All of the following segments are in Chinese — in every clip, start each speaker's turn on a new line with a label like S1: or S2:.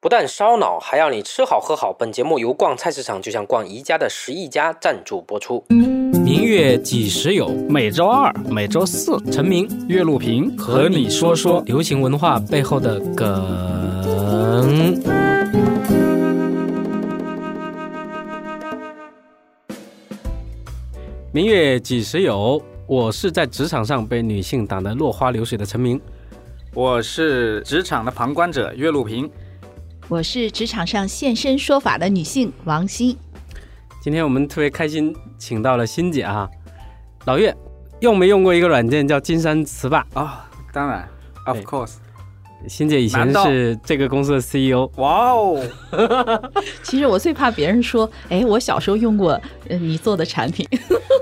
S1: 不但烧脑，还让你吃好喝好。本节目由逛菜市场就像逛宜家的十亿家赞助播出。
S2: 明月几时有？
S3: 每周二、每周四，
S2: 陈明
S3: 岳路平和你说说
S2: 流行文化背后的梗。明月几时有？我是在职场上被女性打得落花流水的陈明。
S3: 我是职场的旁观者岳路平。
S4: 我是职场上现身说法的女性王鑫。
S2: 今天我们特别开心，请到了欣姐啊。老岳，用没用过一个软件叫金山词霸？
S3: 哦，当然，of course。
S2: 欣姐以前
S3: 难道
S2: 是这个公司的 E CEO，
S3: 哇 哦，
S4: 其实我最怕别人说：“哎，我小时候用过呃你做的产品。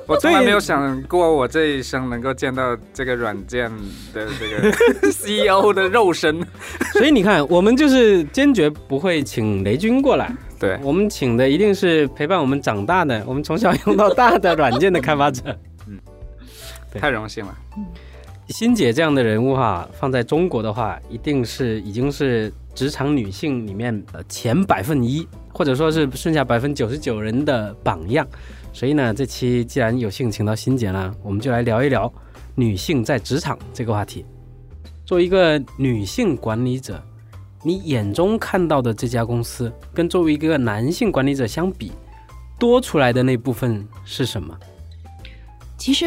S3: 我从来没有想过我这一生能够见到这个软件的这 个 CEO 的肉身。
S2: 所以你看，我们就是坚决不会请雷军过来，
S3: 对，
S2: 我们请的一定是陪伴我们长大的，我们从小用到大的软件的开发者。对
S3: 太荣幸了。
S2: 欣姐这样的人物哈，放在中国的话，一定是已经是职场女性里面呃前百分一，或者说是剩下百分九十九人的榜样。所以呢，这期既然有幸请到欣姐呢，我们就来聊一聊女性在职场这个话题。作为一个女性管理者，你眼中看到的这家公司，跟作为一个男性管理者相比，多出来的那部分是什么？”
S4: 其实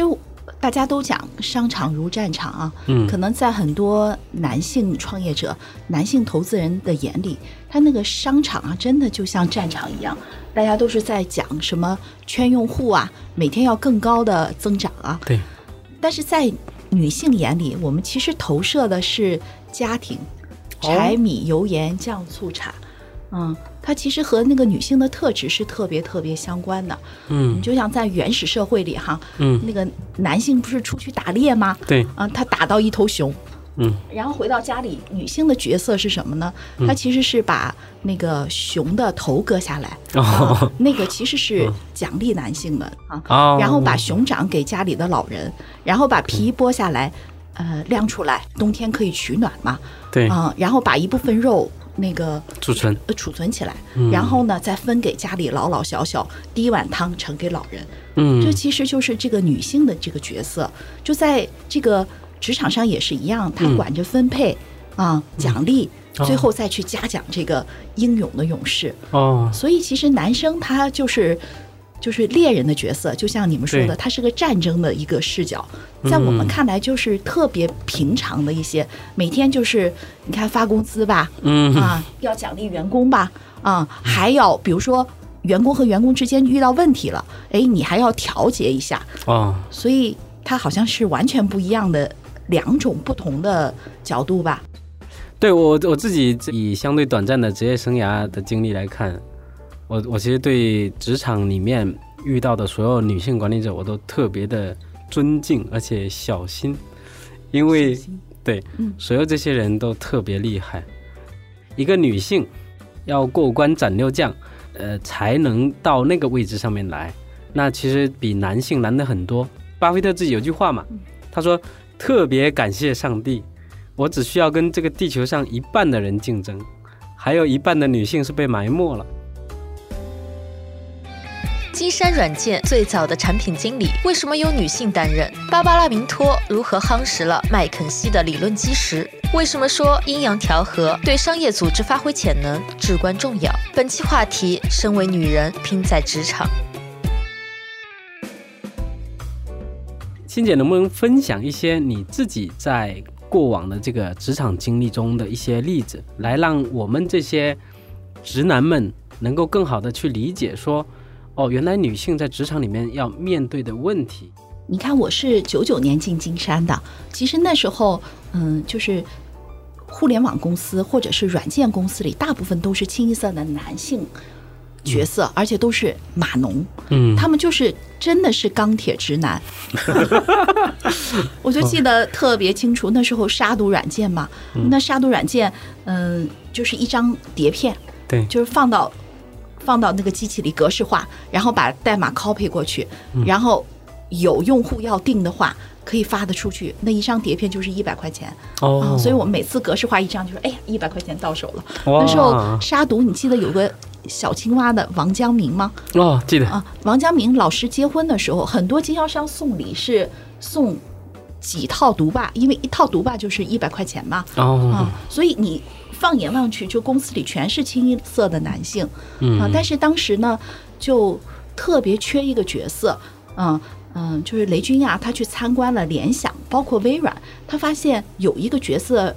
S4: 大家都讲商场如战场啊，
S2: 嗯
S4: 可能在很多男性创业者、男性投资人的眼里，他那个商场啊，真的就像战场一样，大家都是在讲什么圈用户啊，每天要更高的增长啊，
S2: 对，
S4: 但是在女性眼里，我们其实投射的是家庭，
S2: 哦
S4: 柴米油盐酱醋茶，嗯，它其实和那个女性的特质是特别特别相关的。
S2: 嗯
S4: 你就像在原始社会里哈，
S2: 嗯，
S4: 那个男性不是出去打猎吗？
S2: 对，
S4: 啊，他打到一头熊，
S2: 嗯，
S4: 然后回到家里，女性的角色是什么呢？她其实是把那个熊的头割下来，啊
S2: 哦，
S4: 那个其实是奖励男性们啊，
S2: 哦
S4: 然后把熊掌给家里的老人，然后把皮剥下来，呃，晾出来，冬天可以取暖嘛，
S2: 对
S4: 啊、然后把一部分肉那个
S2: 哎储存嗯
S4: 呃储存起来，然后呢再分给家里老老小小，第一碗汤盛给老人，
S2: 嗯
S4: 这其实就是这个女性的这个角色，就在这个职场上也是一样，她管着分配啊、奖励，
S2: 嗯哦
S4: 最后再去嘉奖这个英勇的勇士。
S2: 哦，
S4: 所以其实男生他就是就是猎人的角色，就像你们说
S2: 对
S4: 的，他是个战争的一个视角，在我们看来就是特别平常的一些，每天就是你看发工资吧，
S2: 嗯
S4: 啊，要奖励员工吧，啊，还要比如说。员工和员工之间遇到问题了，哎，你还要调节一下，
S2: 哦，
S4: 所以它好像是完全不一样的两种不同的角度吧。
S2: 对我我自己以相对短暂的职业生涯的经历来看，我我其实对职场里面遇到的所有女性管理者，我都特别的尊敬而且小心，因为对、
S4: 嗯
S2: 所有这些人都特别厉害。一个女性要过关斩六将，呃，才能到那个位置上面来，那其实比男性难的很多。巴菲特自己有句话嘛，他说：“特别感谢上帝，我只需要跟这个地球上一半的人竞争，还有一半的女性是被埋没了。
S5: 金山软件最早的产品经理为什么由女性担任？芭芭拉明托如何夯实了麦肯锡的理论基石？为什么说阴阳调和对商业组织发挥潜能至关重要？本期话题：身为女人拼在职场。
S2: 欣姐，能不能分享一些你自己在过往的这个职场经历中的一些例子，来让我们这些直男们能够更好的去理解说，哦，原来女性在职场里面要面对的问题。
S4: 你看，我是九九年进金山的，其实那时候，嗯，就是互联网公司或者是软件公司里，大部分都是清一色的男性角色，而且都是码农，
S2: 嗯
S4: 他们就是真的是钢铁直男。我就记得特别清楚，那时候杀毒软件嘛，那杀毒软件，嗯，就是一张碟片，
S2: 对
S4: 就是放到放到那个机器里
S2: 嗯
S4: 格式化，然后把代码 copy 过去，然后有用户要订的话，可以发得出去，那一张碟片就是一百块钱啊、
S2: 哦，
S4: 所以我们每次格式化一张就说，哎呀，一百块钱到手了。
S2: 哇
S4: 那时候杀毒，你记得有个小青蛙的王江明吗？
S2: 哦，记得
S4: 啊，王江明老师结婚的时候，很多经销商送礼是送几套毒霸，因为一套毒霸就是一百块钱嘛。
S2: 哦
S4: 啊，，所以你放眼望去，就公司里全是清一色的男性啊
S2: 嗯，。
S4: 但是当时呢，就特别缺一个角色，嗯嗯，就是雷军呀、他去参观了联想，包括微软，他发现有一个角色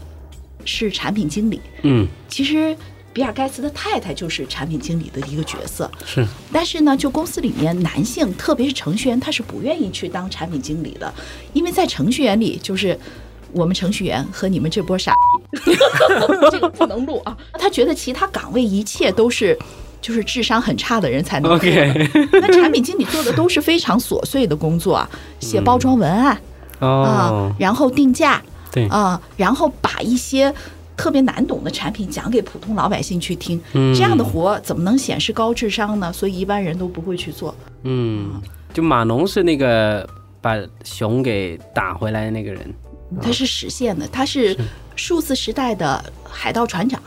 S4: 是产品经理，
S2: 嗯，
S4: 其实。比尔盖茨的太太就是产品经理的一个角色，
S2: 是
S4: 但是呢，就公司里面男性，特别是程序员，他是不愿意去当产品经理的，因为在程序员里，就是我们程序员和你们这波傻逼，这个不能录啊。他觉得其他岗位一切都是。就是智商很差的人才能做
S2: OK
S4: 那产品经理做的都是非常琐碎的工作啊，写包装文案啊、
S2: 嗯哦，
S4: 然后定价
S2: 对，
S4: 啊、然后把一些特别难懂的产品讲给普通老百姓去听。
S2: 嗯
S4: 这样的活怎么能显示高智商呢？所以一般人都不会去做。
S2: 嗯，就码农是那个把熊给打回来的那个人，
S4: 它是实现的，它是数字时代的海盗船长，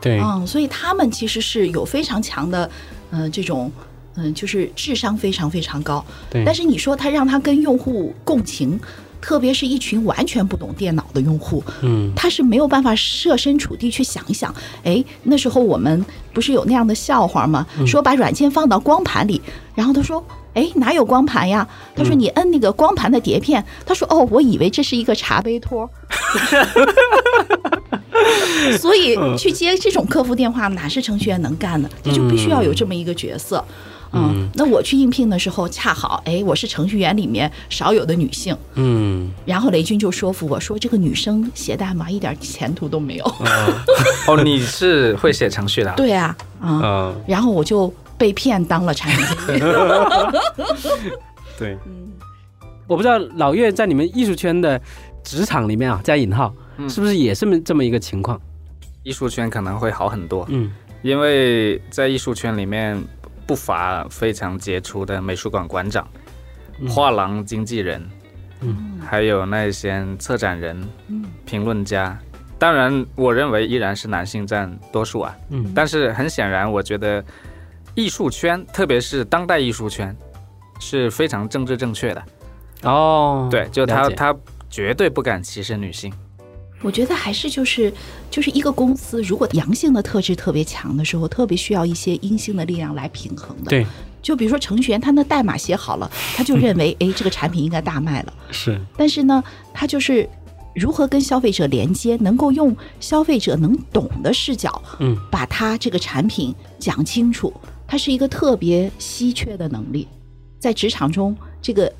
S2: 对
S4: 嗯，所以他们其实是有非常强的，嗯、这种。嗯，就是智商非常非常高，
S2: 对
S4: 但是你说他让他跟用户共情，特别是一群完全不懂电脑的用户，
S2: 嗯，
S4: 他是没有办法设身处地去想一想，哎，那时候我们不是有那样的笑话吗？说把软件放到光盘里，然后他说，哎，哪有光盘呀？他说你摁那个光盘的碟片，他说哦，我以为这是一个茶杯托。所以去接这种客服电话，哪是程序员能干的？他就必须要有这么一个角色。嗯，那我去应聘的时候，恰好哎，我是程序员里面少有的女性，
S2: 嗯，
S4: 然后雷军就说服我说：“这个女生写代码一点前途都没有。
S3: 哦，你是会写程序的啊”
S4: 对啊，啊、
S2: 啊，
S4: 然后我就被骗当了产品经理。
S2: 对，我不知道老岳在你们艺术圈的职场里面啊，加引号，
S3: 嗯
S2: 是不是也是这么一个情况？
S3: 艺术圈可能会好很多，
S2: 嗯
S3: 因为在艺术圈里面不乏非常杰出的美术馆馆长、画廊经纪人，
S2: 嗯
S3: 还有那些策展人、
S4: 嗯
S3: 评论家。当然，我认为依然是男性占多数啊。
S2: 嗯
S3: 但是很显然，我觉得艺术圈，特别是当代艺术圈，是非常政治正确的。
S2: 哦，
S3: 对，就
S2: 了
S3: 他
S2: 解
S3: 他绝对不敢歧视女性。
S4: 我觉得还是就是就是一个公司，如果阳性的特质特别强的时候，特别需要一些阴性的力量来平衡的。
S2: 对，
S4: 就比如说程序员，他那代码写好了，他就认为哎，这个产品应该大卖了。
S2: 是
S4: 但是呢，他就是如何跟消费者连接，能够用消费者能懂的视角，
S2: 嗯，
S4: 把他这个产品讲清楚，它是一个特别稀缺的能力，在职场中这个。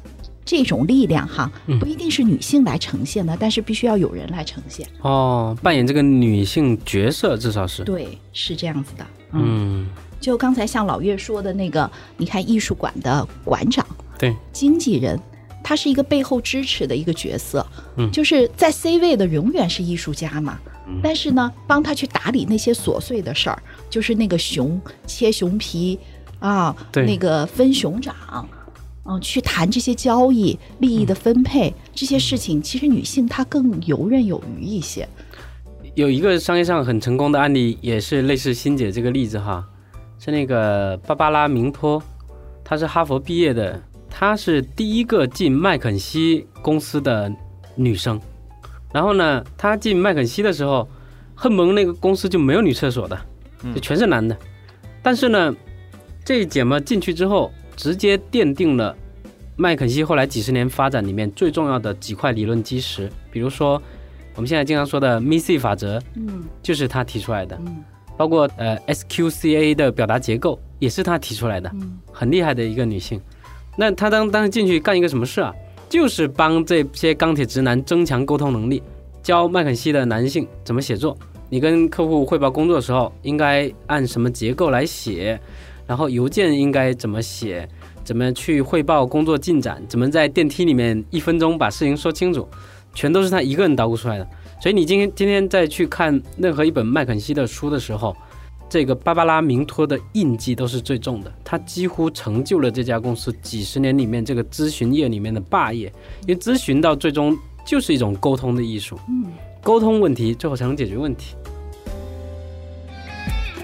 S4: 这种力量哈，不一定是女性来呈现的，但是必须要有人来呈现。
S2: 哦，扮演这个女性角色至少是，
S4: 对，是这样子的。嗯，
S2: 嗯，
S4: 就刚才像老岳说的那个，你看艺术馆的馆长，
S2: 对，
S4: 经纪人，他是一个背后支持的一个角色，
S2: 嗯
S4: 就是在 C 位的永远是艺术家嘛。但是呢，帮他去打理那些琐碎的事儿，就是那个熊切熊皮啊，
S2: 对
S4: 那个分熊掌，嗯、去谈这些交易、利益的分配、
S2: 嗯
S4: 这些事情，其实女性她更游刃有余一些。
S2: 有一个商业上很成功的案例，也是类似欣姐这个例子哈，是那个芭芭拉明托，她是哈佛毕业的，她是第一个进麦肯锡公司的女生。然后呢，她进麦肯锡的时候，恨不得那个公司就没有女厕所的，就全是男的。但是呢，这姐们进去之后，直接奠定了麦肯锡后来几十年发展里面最重要的几块理论基石，比如说我们现在经常说的 MISI 法则，
S4: 嗯
S2: 就是他提出来的，
S4: 嗯
S2: 包括呃 SQCA 的表达结构也是他提出来的，
S4: 嗯
S2: 很厉害的一个女性。那她当当时进去干一个什么事啊？就是帮这些钢铁直男增强沟通能力，教麦肯锡的男性怎么写作。你跟客户汇报工作的时候，应该按什么结构来写，然后邮件应该怎么写，怎么去汇报工作进展，怎么在电梯里面一分钟把事情说清楚，全都是他一个人捣鼓出来的。所以你今天今天再去看任何一本麦肯锡的书的时候，这个芭芭拉明托的印记都是最重的，它几乎成就了这家公司几十年里面这个咨询业里面的霸业，因为咨询到最终就是一种沟通的艺术，
S4: 嗯，
S2: 沟通问题最后才能解决问题。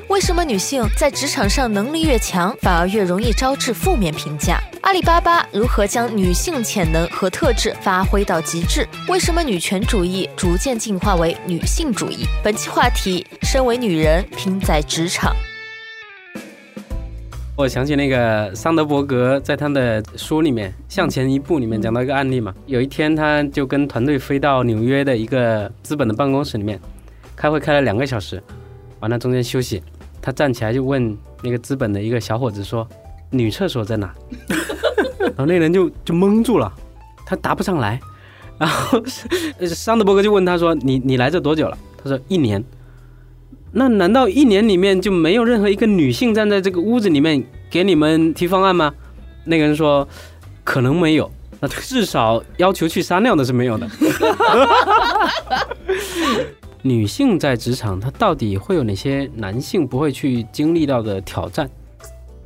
S5: 为什么女性在职场上能力越强，反而越容易招致负面评价？阿里巴巴如何将女性潜能和特质发挥到极致？为什么女权主义逐渐进化为女性主义？本期话题：身为女人，拼在职场。
S2: 我想起那个桑德伯格在他的书里面《向前一步》里面讲到一个案例嘛，有一天他就跟团队飞到纽约的一个资本的办公室里面，开会开了两个小时，完了中间休息，他站起来就问那个资本的一个小伙子说：“女厕所在哪？” 然后那人就就懵住了，他答不上来。然后呃桑德伯格就问他说：“你你来这多久了？”他说：“一年。”那难道一年里面就没有任何一个女性站在这个屋子里面给你们提方案吗？那个人说，可能没有。那至少要求去撒尿的是没有的。 女性在职场，她到底会有哪些男性不会去经历到的挑战？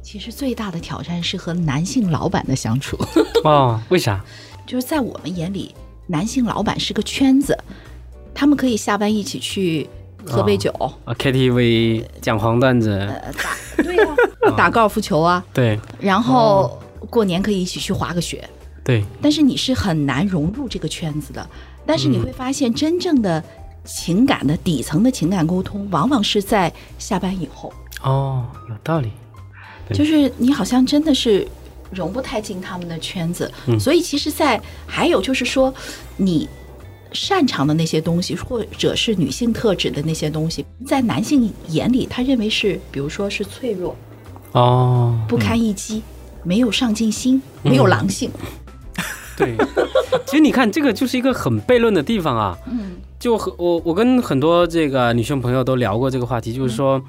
S4: 其实最大的挑战是和男性老板的相处，
S2: 哦，为啥？
S4: 就是在我们眼里，男性老板是个圈子，他们可以下班一起去喝杯酒，
S2: 啊，KTV 讲黄段子，
S4: 呃，打对呀、 打高尔夫球啊，
S2: 对
S4: 然后过年可以一起去滑个雪，
S2: 对，
S4: 但是你是很难融入这个圈子的。但是你会发现，真正的情感的底层的情感沟通，往往是在下班以后，
S2: 哦，有道理。对
S4: 就是你好像真的是融不太进他们的圈子。所以其实在，还有就是说，你擅长的那些东西，或者是女性特质的那些东西，在男性眼里，他认为是，比如说是脆弱、
S2: 哦，
S4: 不堪一击。没有上进心，没有狼性，
S2: 对，其实你看，这个就是一个很悖论的地方啊。
S4: 嗯，
S2: 就和我我跟很多这个女性朋友都聊过这个话题，就是说，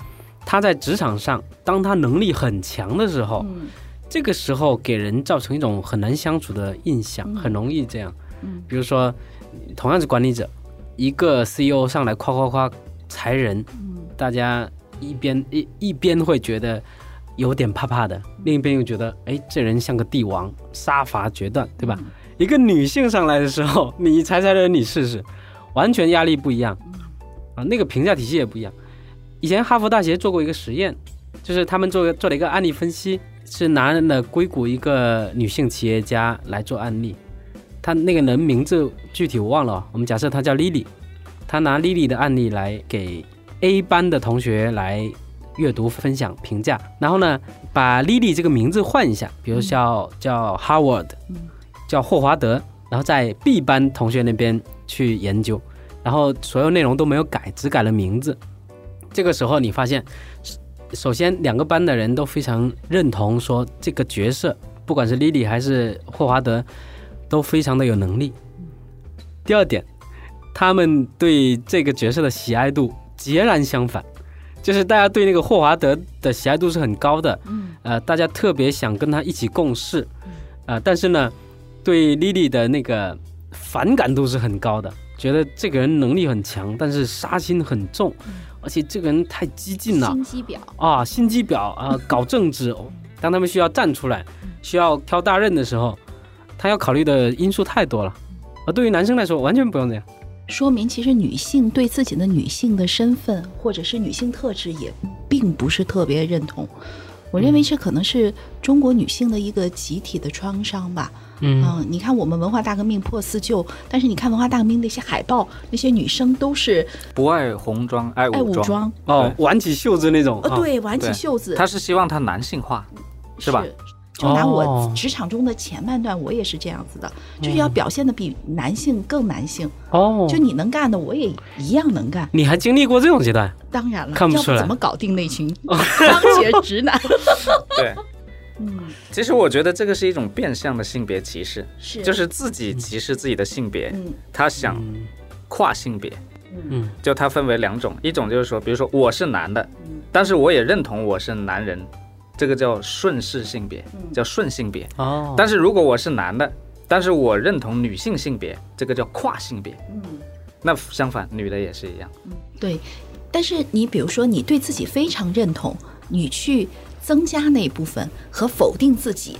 S2: 她在职场上，当她能力很强的时候，
S4: 嗯
S2: 这个时候给人造成一种很难相处的印象，很容易这样。
S4: 嗯，
S2: 比如说，同样是管理者，一个 CEO 上来夸夸夸裁人，大家一边一一边会觉得有点怕怕的，另一边又觉得，哎，这人像个帝王，杀伐决断，对吧？一个女性上来的时候，你裁裁人，你试试，完全压力不一样啊，那个评价体系也不一样。以前哈佛大学做过一个实验，就是他们做做了一个案例分析，是拿了硅谷一个女性企业家来做案例，她那个人名字具体我忘了，我们假设她叫 Lily，她拿 Lily 的案例来给 A 班的同学来阅读、分享、评价，然后呢，把 Lily 这个名字换一下，比如叫、叫 Howard，、叫霍华德，然后在 B 班同学那边去研究，然后所有内容都没有改，只改了名字。这个时候你发现，首先两个班的人都非常认同说这个角色，不管是 Lily 还是霍华德，都非常的有能力。第二点，他们对这个角色的喜爱度截然相反，就是大家对那个霍华德的喜爱度是很高的，
S4: 嗯，
S2: 呃，大家特别想跟他一起共事，啊、但是呢，对 Lily 的那个反感度是很高的，觉得这个人能力很强，但是杀心很重，而且这个人太激进了，
S4: 心机婊，
S2: 啊，心机婊啊，搞政治。哦当他们需要站出来、需要挑大任的时候，他要考虑的因素太多了。而对于男生来说，完全不用这样。
S4: 说明其实女性对自己的女性的身份或者是女性特质也并不是特别认同。我认为这可能是中国女性的一个集体的创伤吧。
S2: 嗯，
S4: 你看我们文化大革命破四旧，但是你看文化大革命那些海报，那些女生都是
S3: 不爱红妆，爱
S4: 爱武
S3: 装。
S4: 装，
S2: 哦，挽起袖子那种。
S4: 呃，
S2: 啊，
S4: 对，挽起
S3: 对
S4: 袖子，
S3: 他是希望它男性化，是吧？
S4: 就拿我
S2: 哦
S4: 职场中的前半段，我也是这样子的，就是要表现的比男性更男性。
S2: 哦
S4: 就你能干的，我也一样能干。
S2: 你还经历过这种阶段？
S4: 当然了，
S2: 看不
S4: 要
S2: 出来哦
S4: 怎么搞定那群钢铁直男？
S3: 对，
S4: 嗯，
S3: 其实我觉得这个是一种变相的性别歧视，
S4: 是，
S3: 就是自己歧视自己的性别，
S4: 嗯
S3: 他想跨性别。
S2: 嗯，
S3: 就它分为两种，一种就是说，比如说我是男的，
S4: 嗯
S3: 但是我也认同我是男人，这个叫顺势性别，
S4: 嗯
S3: 叫顺性别。
S2: 哦，
S3: 但是如果我是男的，但是我认同女性性别，这个叫跨性别。
S4: 嗯，
S3: 那相反，女的也是一样。
S4: 对。但是你比如说，你对自己非常认同，你去增加那一部分和否定自己，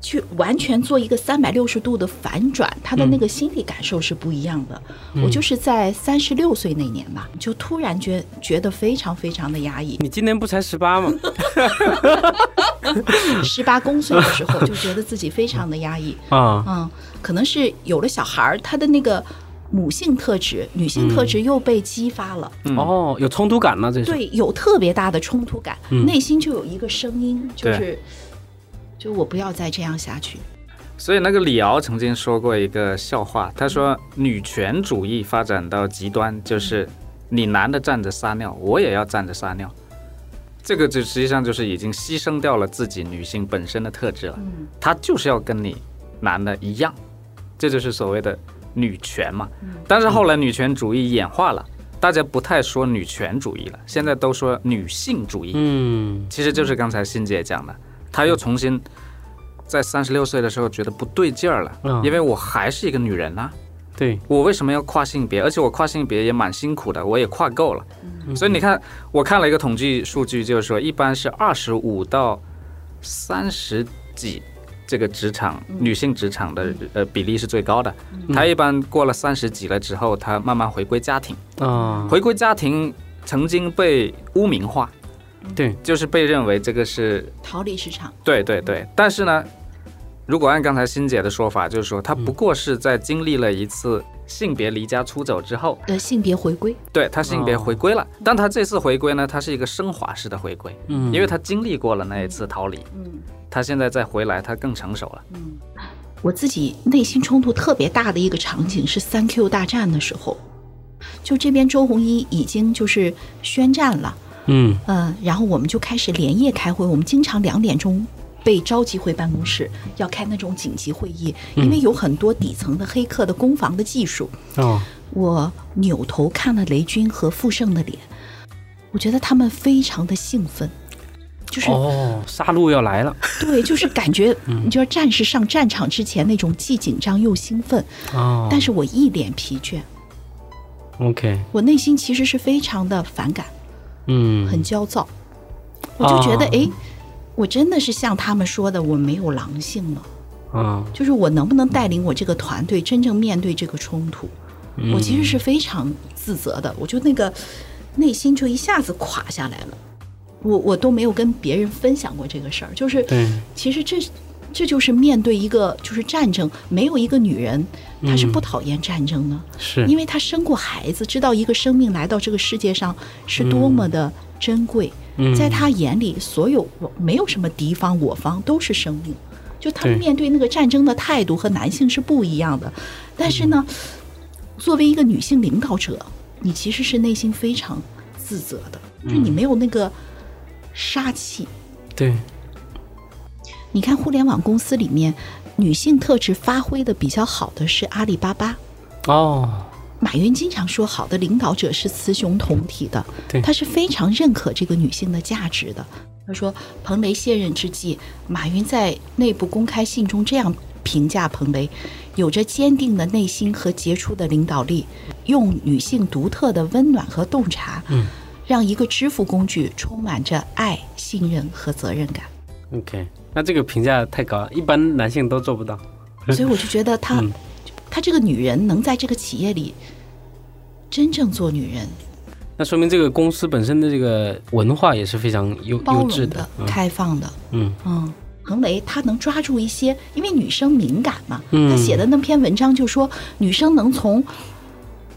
S4: 去完全做一个三百六十度的反转，他
S2: 嗯
S4: 的那个心理感受是不一样的。我就是在三十六岁那年吧，就突然觉觉得非常非常的 压抑。
S2: 你今年不才十八吗？
S4: 十八公岁的时候，就觉得自己非常的压抑。
S2: 啊，
S4: 嗯，可能是有了小孩儿，他的那个母性特质、女性特质又被激发了，
S2: 哦，有冲突感吗？这是
S4: 对，有特别大的冲突感，内心就有一个声音，就
S3: 对
S4: 是，就我不要再这样下去。
S3: 所以那个李敖曾经说过一个笑话，他说女权主义发展到极端，就是你男的站着撒尿，我也要站着撒尿。这个就实际上就是已经牺牲掉了自己女性本身的特质了，她就是要跟你男的一样，这就是所谓的女权嘛。但是后来女权主义演化了，大家不太说女权主义了，现在都说女性主义。
S2: 嗯，
S3: 其实就是刚才欣姐讲的，她又重新在三十六岁的时候觉得不对劲儿了，
S2: 嗯
S3: 因为我还是一个女人啊，
S2: 对，
S3: 我为什么要跨性别？而且我跨性别也蛮辛苦的，我也跨够了。所以你看，我看了一个统计数据，就是说一般是二十五到三十几。这个职场女性职场的呃比例是最高的，她一般过了三十几了之后，她慢慢回归家庭，
S2: 啊，
S3: 回归家庭曾经被污名化，
S2: 对，
S3: 就是被认为这个是
S4: 逃离市场，
S3: 对对对，但是呢，如果按刚才欣姐的说法，就是说她不过是在经历了一次性别离家出走之
S2: 嗯
S3: 后，
S4: 呃，性别回归，
S3: 对她性别
S2: 哦
S3: 回归了。但她这次回归呢，她是一个升华式的回归，
S2: 嗯，
S3: 因为她经历过了那一次逃离，
S4: 嗯
S3: 她现在再回来，她更成熟了。
S4: 嗯。我自己内心冲突特别大的一个场景是三 Q 大战的时候，就这边周鸿祎已经就是宣战了，
S2: 嗯
S4: 嗯，然后我们就开始连夜开会，我们经常两点钟被召集回办公室，要开那种紧急会议，
S2: 嗯
S4: 因为有很多底层的黑客的攻防的技术。
S2: 哦，
S4: 我扭头看了雷军和傅盛的脸，我觉得他们非常的兴奋，就是、
S2: 哦，嗯杀戮要来了
S4: 对，就是感 觉你知道战士上战场之前那种既紧张又兴奋，
S2: 哦，
S4: 但是我一脸疲倦，
S2: OK，
S4: 我内心其实是非常的反感。
S2: 嗯，
S4: 很焦躁，我就觉得
S2: 啊
S4: 诶，我真的是像他们说的，我没有狼性了。
S2: 啊，
S4: 就是我能不能带领我这个团队真正面对这个冲突？我
S2: 嗯
S4: 其实是非常自责的，我就那个内心就一下子垮下来了。我我都没有跟别人分享过这个事儿，就是
S2: 对
S4: 其实这这就是面对一个就是战争，没有一个女人她
S2: 嗯
S4: 是不讨厌战争的，
S2: 是，
S4: 因为她生过孩子，知道一个生命来到这个世界上是多么的珍贵。
S2: 嗯
S4: 在她眼里，所有我没有什么敌方我方都是生命。就他
S2: 对
S4: 们面对那个战争的态度和男性是不一样的，但是呢，
S2: 嗯
S4: 作为一个女性领导者，你其实是内心非常自责的，
S2: 嗯
S4: 就是你没有那个杀气。
S2: 对，
S4: 你看互联网公司里面，女性特质发挥的比较好的是阿里巴巴，
S2: 哦，
S4: 马云经常说，好的领导者是雌雄同体的
S2: 对，
S4: 他是非常认可这个女性的价值的。他说，彭雷卸任之际，马云在内部公开信中这样评价彭雷：有着坚定的内心和杰出的领导力，用女性独特的温暖和洞察，让一个支付工具充满着爱、信任和责任感。
S2: OK，那这个评价太高了，一般男性都做不到。
S4: 所以我就觉得她，她这个女人能在这个企业里真正做女人，
S2: 那说明这个公司本身的这个文化也是非常优
S4: 包
S2: 优质
S4: 容
S2: 的
S4: 的、。开放的。
S2: 嗯
S4: 嗯，彭雷他能抓住一些，因为女生敏感嘛，
S2: 嗯
S4: 他写的那篇文章就说女生能从。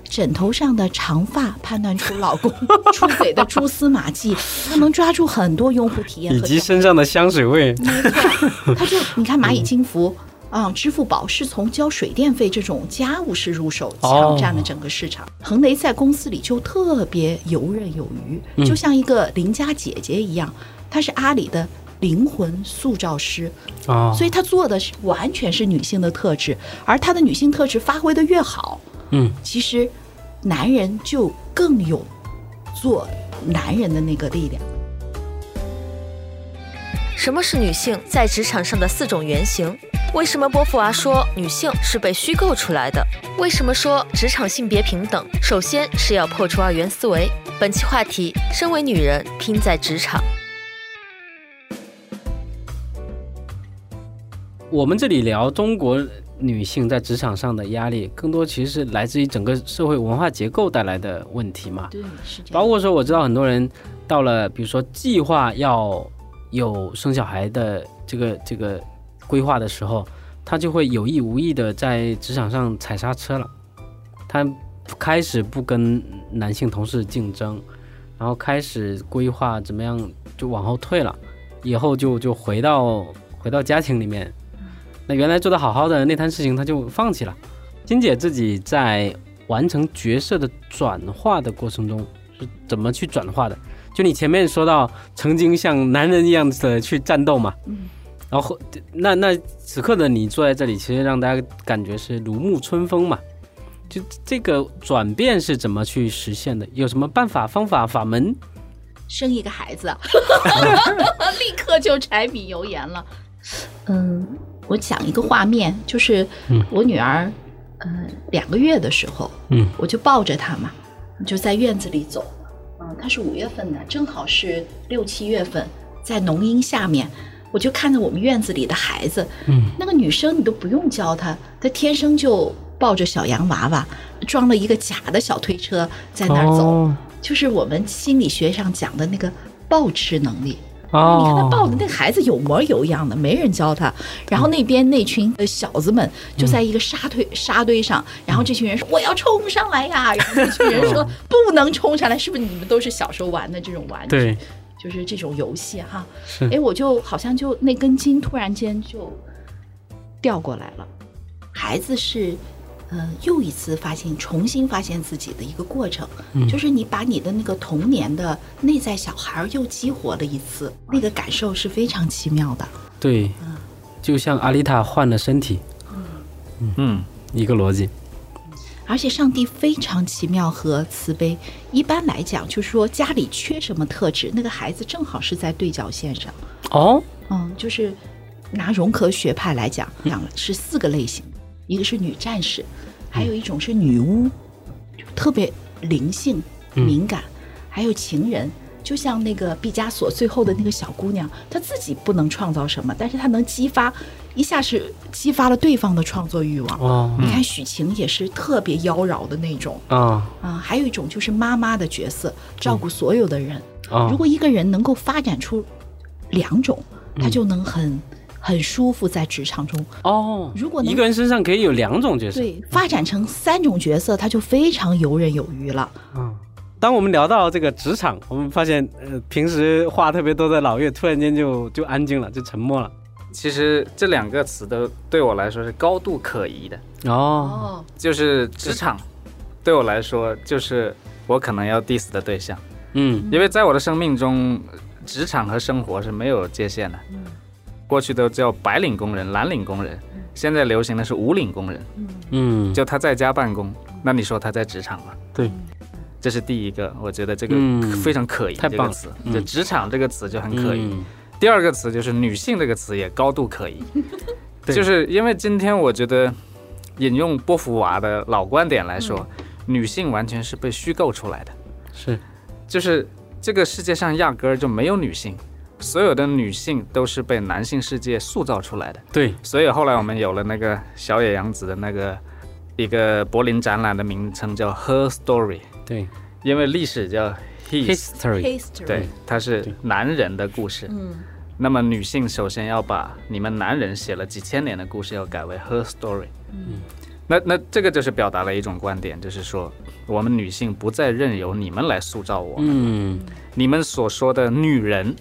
S4: 枕头上的长发判断出老公 出轨的蛛丝马迹，他能抓住很多用户体验
S2: 以
S4: 和
S2: 及
S4: 用户
S2: 身上的香水味，
S4: 没错，他就你看蚂蚁金服。啊、支付宝是从交水电费这种家务事入手，
S2: 哦
S4: 抢占了整个市场。彭雷在公司里就特别游刃有余，
S2: 嗯
S4: 就像一个邻家姐姐一样，她是阿里的灵魂塑造师，
S2: 哦，
S4: 嗯所以她做的是完全是女性的特质，而她的女性特质发挥的越好，
S2: 嗯，
S4: 其实男人就更有做男人的那个力量。
S5: 什么是女性在职场上的四种原型？为什么波伏娃说女性是被虚构出来的？为什么说职场性别平等？首先是要破除二元思维。本期话题：身为女人，拼在职场。
S2: 我们这里聊中国女性在职场上的压力，更多其实是来自于整个社会文化结构带来的问题嘛。
S4: 对，是这样。
S2: 包括说，我知道很多人到了，比如说计划要有生小孩的这个这个规划的时候，他就会有意无意的在职场上踩刹车了。他开始不跟男性同事竞争，然后开始规划怎么样就往后退了，以后就就回到回到家庭里面。那原来做的好好的那摊事情，他就放弃了。金姐自己在完成角色的转化的过程中，是怎么去转化的？就你前面说到，曾经像男人一样的去战斗嘛，嗯，然后那那此刻的你坐在这里，其实让大家感觉是如沐春风嘛。就这个转变是怎么去实现的？有什么办法、方法、法门？
S4: 生一个 孩子，立刻就柴米油盐了。嗯，我讲一个画面，就是我女儿，嗯、呃，两个月的时候，
S2: 嗯，
S4: 我就抱着她嘛，就在院子里走。嗯，她是五月份的，正好是六七月份，在浓荫下面，我就看着我们院子里的孩子，
S2: 嗯，
S4: 那个女生你都不用教她，她天生就抱着小洋娃娃，装了一个假的小推车在那儿走。
S2: 哦
S4: 就是我们心理学上讲的那个抱吃能力。你看他
S2: 哦，
S4: 抱的那个孩子有模有样的，没人教他。然后那边那群呃小子们就在一个沙
S2: 嗯
S4: 堆沙堆上，然后这群人说我要冲上来 呀，然后那群人说不能冲上来，是不是你们都是小时候玩的这种玩具？
S2: 对，
S4: 就是这种游戏哈。
S2: 是
S4: 哎，我就好像就那根筋突然间就掉过来了。孩子是，呃，又一次发现、重新发现自己的一个过程，就是你把你的那个童年的内在小孩儿又激活了一次，那个感受是非常奇妙的。
S2: 对，就像阿丽塔换了身体，
S3: 嗯，
S2: 一个逻辑。
S4: 而且上帝非常奇妙和慈悲。一般来讲，就是说家里缺什么特质，那个孩子正好是在对角线上。
S2: 哦，
S4: 嗯，就是拿融合学派来讲，讲是四个类型，一个是女战士，还有一种是女巫，就特别灵性、敏感，还有情人。就像那个毕加索最后的那个小姑娘，她自己不能创造什么，但是她能激发，一下是激发了对方的创作欲望。
S2: 哦，
S4: 你看许晴也是特别妖娆的那种
S2: 啊，
S4: 啊，还有一种就是妈妈的角色，照顾所有的人。
S2: 啊
S4: 如，果一个人能够发展出两种，
S2: 嗯
S4: 他就能很很舒服在职场中。
S2: 哦，
S4: 如果能
S2: 一个人身上可以有两种角色，
S4: 对，发展成三种角色，他就非常游刃有余了。
S2: 嗯，当我们聊到这个职场，我们发现，呃，平时话特别多的老岳突然间就就安静了，就沉默了。
S3: 其实这两个词都对我来说是高度可疑的，
S2: 哦，，
S3: 就是职场对我来说就是我可能要 diss 的对象，
S2: 嗯
S3: 因为在我的生命中，职场和生活是没有界限的。过去都叫白领工人、蓝领工人，现在流行的是无领工人，
S2: 嗯，
S3: 就他在家办公，那你说他在职场吗？
S2: 对，
S3: 这是第一个，我觉得这个
S2: 嗯
S3: 非常可疑，
S2: 太棒
S3: 这个词，就职场这个词就很可疑。
S2: 嗯
S3: 第二个词就是女性这个词也高度可疑，
S2: 对
S3: 就是因为今天我觉得引用波伏娃的老观点来说，女性完全是被虚构出来的，
S2: 是
S3: 就是这个世界上压根儿就没有女性，所有的女性都是被男性世界塑造出来的。
S2: 对，
S3: 所以后来我们有了那个小野洋子的那个一个柏林展览的名称叫 Her Story，
S2: 对
S3: 因为历史叫 His，
S2: ，history，
S4: history，
S3: 对，它是男人的故事。
S4: 嗯，
S3: 那么女性首先要把你们男人写了几千年的故事要改为 her story。
S4: 嗯，
S3: 那那这个就是表达了一种观点，就是说我们女性不再任由你们来塑造我们，
S2: 嗯
S3: 你们所说的女人。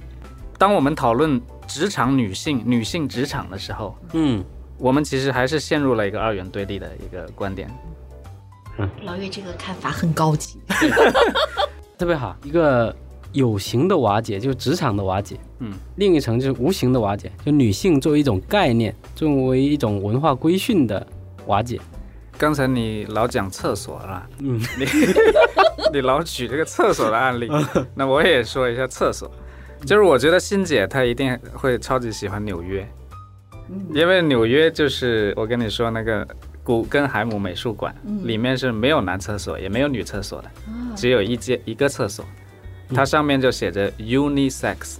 S3: 当我们讨论职场女性、女性职场的时候，
S2: 嗯，
S3: 我们其实还是陷入了一个二元对立的一个观点。
S4: 老岳这个看法很高级。
S2: 特别好，一个有形的瓦解，就是职场的瓦解，
S3: 嗯，
S2: 另一层就是无形的瓦解，就女性作为一种概念，作为一种文化规训的瓦解，
S3: 刚才你老讲厕所了，
S2: 嗯，
S3: 你 你老举这个厕所的案例，
S4: 嗯
S3: 那我也说一下厕所。就是我觉得欣姐她一定会超级喜欢纽约，
S4: 嗯
S3: 因为纽约就是我跟你说那个古根海姆美术馆，里面是没有男厕所也没有女厕所的，
S4: 嗯啊
S3: 只有一间一个厕所，它上面就写着 unisex，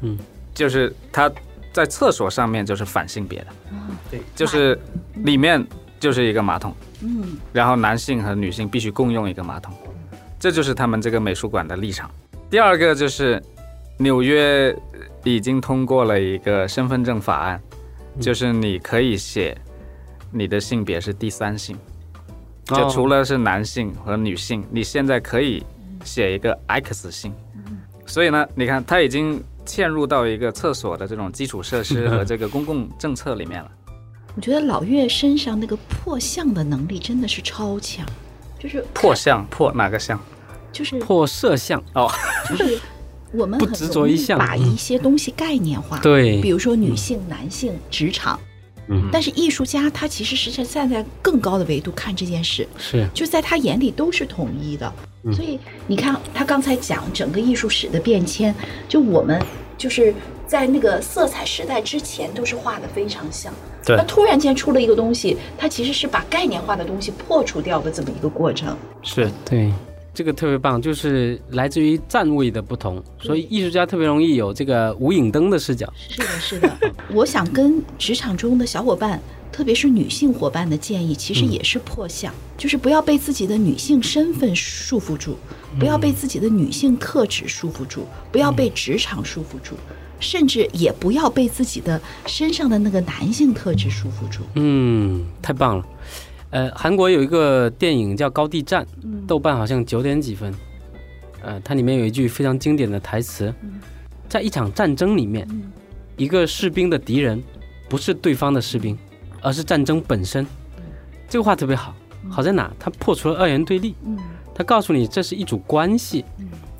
S4: 嗯，
S3: 就是它在厕所上面就是反性别的，
S4: 啊
S2: 对，
S3: 就是里面就是一个马桶，
S4: 嗯，
S3: 然后男性和女性必须共用一个马桶，这就是他们这个美术馆的立场。第二个就是纽约已经通过了一个身份证法案，就是你可以写你的性别是第三性。就除
S2: 了
S3: 了是男性和女性，你现在可以写一个 X 性。所以呢，你看它已经嵌入到一个厕所的这种基础设施和这个公共政策里面了。
S4: 我觉得老岳身上那个破相的能力真的是超强，就是
S3: 破相破哪个相？
S4: 就是
S2: 破摄像，
S3: 哦
S4: 就是我们
S2: 不
S4: 很
S2: 执
S4: 容
S2: 着于
S4: 易
S2: 项
S4: 把
S2: 目
S4: 一些东西概念化，
S2: 对
S4: 比如说女性、男性、职场，
S2: 嗯
S4: 但是艺术家他其实是在站在更高的维度看这件事，
S2: 是
S4: 就在他眼里都是统一的。所以你看，他刚才讲整个艺术史的变迁，就我们就是在那个色彩时代之前都是画的非常像，
S3: 对
S4: 那突然间出了一个东西，它其实是把概念化的东西破除掉的这么一个过程。
S3: 是
S2: 对，这个特别棒，就是来自于站位的不同，所以艺术家特别容易有这个无影灯的视角。
S4: 是的，是的。
S6: 嗯
S4: 我想跟职场中的小伙伴，特别是女性伙伴的建议，
S6: 嗯
S4: 其实也是破相，就是不要被自己的女性身份束缚住，
S6: 嗯
S4: 不要被自己的女性特质束缚住，不要被职场束缚住，甚至也不要被自己的身上的那个男性特质束缚住。
S2: 嗯，太棒了。呃，韩国有一个电影叫《高地站》，豆瓣好像九点几分。呃，它里面有一句非常经典的台词，在一场战争里面，一个士兵的敌人不是对方的士兵，而是战争本身。这个话特别好，好在哪？它破除了二元对立。
S4: 嗯
S2: 它告诉你这是一组关系，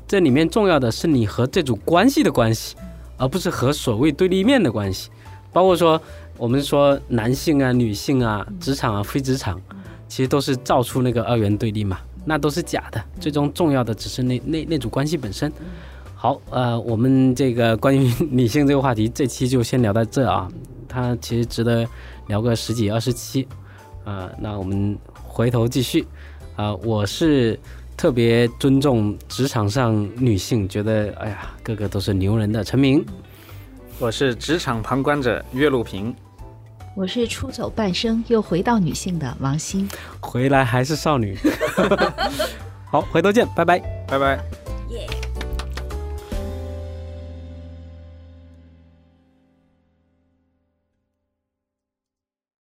S2: 这里面重要的是你和这组关系的关系，而不是和所谓对立面的关系。包括说我们说男性啊、女性啊、职场啊、非职场，其实都是造出那个二元对立嘛，那都是假的。最终重要的只是那那那组关系本身。好，呃，我们这个关于女性这个话题，这期就先聊到这啊。它其实值得聊个十几二十期，啊、那我们回头继续。啊、我是特别尊重职场上女性，觉得哎呀，个个都是牛人的陈明。
S3: 我是职场旁观者岳路平，
S6: 我是出走半生又回到女性的王鑫。
S2: 回来还是少女。好，回头见，拜拜。
S3: 拜拜。